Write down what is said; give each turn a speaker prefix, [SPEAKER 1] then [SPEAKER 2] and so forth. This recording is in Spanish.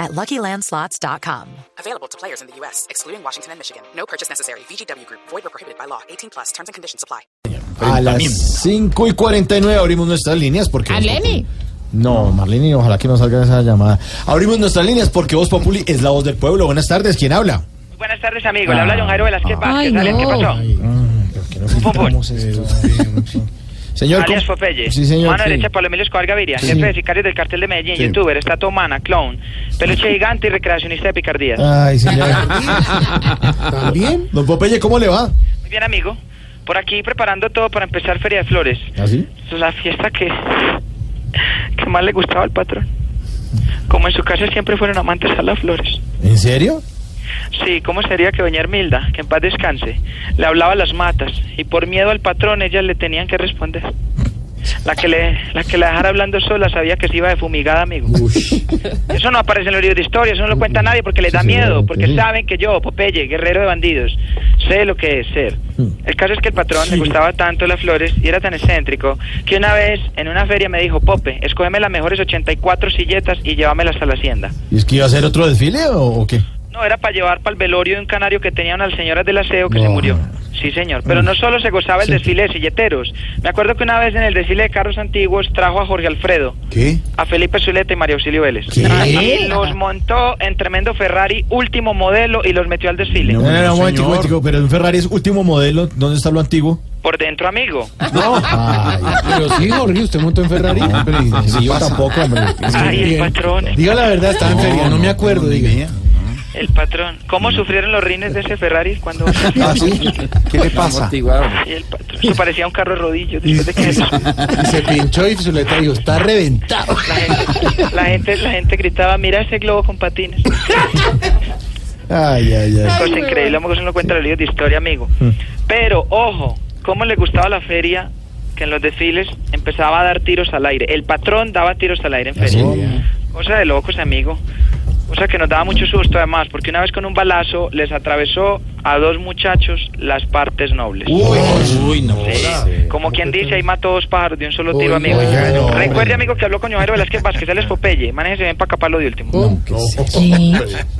[SPEAKER 1] at luckylandslots.com.
[SPEAKER 2] Available to players in the U.S., excluding Washington and Michigan. No purchase necessary. VGW Group, void or prohibited by law. 18 plus terms and conditions apply.
[SPEAKER 3] A las 5 y 49 abrimos nuestras líneas porque... Voz
[SPEAKER 4] Marlene.
[SPEAKER 3] Populi- No, Marlene, ojalá que no salga esa llamada. Abrimos nuestras líneas porque Voz Populi es la voz del pueblo. Buenas tardes, ¿quién habla?
[SPEAKER 5] Buenas tardes, amigo.
[SPEAKER 3] Ah.
[SPEAKER 5] Le habla John Jairo Velázquez
[SPEAKER 4] Ay,
[SPEAKER 5] Vázquez. alias, ¿Qué
[SPEAKER 4] no.
[SPEAKER 5] pasó?
[SPEAKER 3] ¿Por qué no filtramos esto? Señor...
[SPEAKER 5] Alias
[SPEAKER 3] ¿cómo-
[SPEAKER 5] Popeye.
[SPEAKER 3] Sí, señor.
[SPEAKER 5] Mano
[SPEAKER 3] sí.
[SPEAKER 5] derecha, Pablo Emilio Escobar Gaviria.
[SPEAKER 3] Sí.
[SPEAKER 5] Jefe de sicarios del cartel de Medellín.
[SPEAKER 3] Sí.
[SPEAKER 5] Youtuber, estatua humana, clown. Peluche gigante y recreacionista de picardías.
[SPEAKER 3] Ay, señor. ¿También? Don Popeye, ¿cómo le va?
[SPEAKER 5] Muy bien, amigo. Por aquí preparando todo para empezar Feria de Flores.
[SPEAKER 3] ¿Así?
[SPEAKER 5] La fiesta que, que más le gustaba al patrón. Como en su casa siempre fueron amantes a las flores.
[SPEAKER 3] ¿En serio?
[SPEAKER 5] Sí, ¿cómo sería que doña Hermilda, que en paz descanse, le hablaba a las matas y por miedo al patrón ellas le tenían que responder? La que, le, la que la dejara hablando sola sabía que se iba de fumigada, amigo. Eso no aparece en los libros de historia, eso no lo cuenta nadie porque les
[SPEAKER 3] Sí,
[SPEAKER 5] da
[SPEAKER 3] señora,
[SPEAKER 5] miedo, porque
[SPEAKER 3] sí.
[SPEAKER 5] saben que yo, Popeye, guerrero de bandidos, sé lo que es ser.
[SPEAKER 3] Mm.
[SPEAKER 5] El caso es que el patrón le gustaba tanto las flores y era tan excéntrico que una vez en una feria me dijo, Pope, escógeme las mejores 84 silletas y llévamelas a la hacienda.
[SPEAKER 3] ¿Y es que iba a hacer otro desfile o, o qué?
[SPEAKER 5] No, era para llevar para el velorio de un canario que tenía una señora del aseo E que
[SPEAKER 3] No.
[SPEAKER 5] se murió. Sí, señor. Pero no solo se gozaba el
[SPEAKER 3] Sí.
[SPEAKER 5] desfile de silleteros. Me acuerdo que una vez en el desfile de carros antiguos trajo a Jorge Alfredo,
[SPEAKER 3] ¿Qué?
[SPEAKER 5] a Felipe Zuleta y María Auxilio Vélez. Ah,
[SPEAKER 3] ¿Qué?
[SPEAKER 5] Y los montó en tremendo Ferrari, último modelo, y los metió al desfile.
[SPEAKER 3] No, no, no, un momentico, un momentico, pero un Ferrari es último modelo. ¿Dónde está lo antiguo?
[SPEAKER 5] Por dentro, amigo.
[SPEAKER 3] No.
[SPEAKER 6] Pero sí, Jorge, usted montó en Ferrari.
[SPEAKER 3] hombre, sí, yo tampoco, hombre.
[SPEAKER 5] Ay, el patrón.
[SPEAKER 6] Diga la verdad, estaba en feria, no me acuerdo, diga.
[SPEAKER 5] El patrón. ¿Cómo sufrieron los rines de ese Ferrari cuando...
[SPEAKER 3] ¿Ah, sí? ¿Qué le pasa?
[SPEAKER 5] Ay, el patrón. Eso parecía un carro de rodillos después de que...
[SPEAKER 6] Y se pinchó y su letra dijo, está reventado.
[SPEAKER 5] La gente, la gente, la gente gritaba, mira ese globo con patines.
[SPEAKER 3] Ay, ay, ay.
[SPEAKER 5] Cosa increíble, amigos, uno cuenta los libros de historia, amigo.
[SPEAKER 3] Mm.
[SPEAKER 5] Pero, ojo, ¿cómo le gustaba la feria? Que en los desfiles empezaba a dar tiros al aire. El patrón daba tiros al aire en feria. Cosa de locos, amigo. Cosa que nos daba mucho susto, además, porque una vez con un balazo les atravesó a dos muchachos las partes nobles.
[SPEAKER 3] Uy, no.
[SPEAKER 5] Sí, Como quien dice, ahí mató dos pájaros de un solo tiro,
[SPEAKER 6] Uy,
[SPEAKER 5] amigo.
[SPEAKER 3] no, hombre.
[SPEAKER 5] Recuerde, amigo, que habló con Joaquín Velázquez Vázquez, él es Popeye. Manéjese bien para acá para lo de último.
[SPEAKER 6] Pum.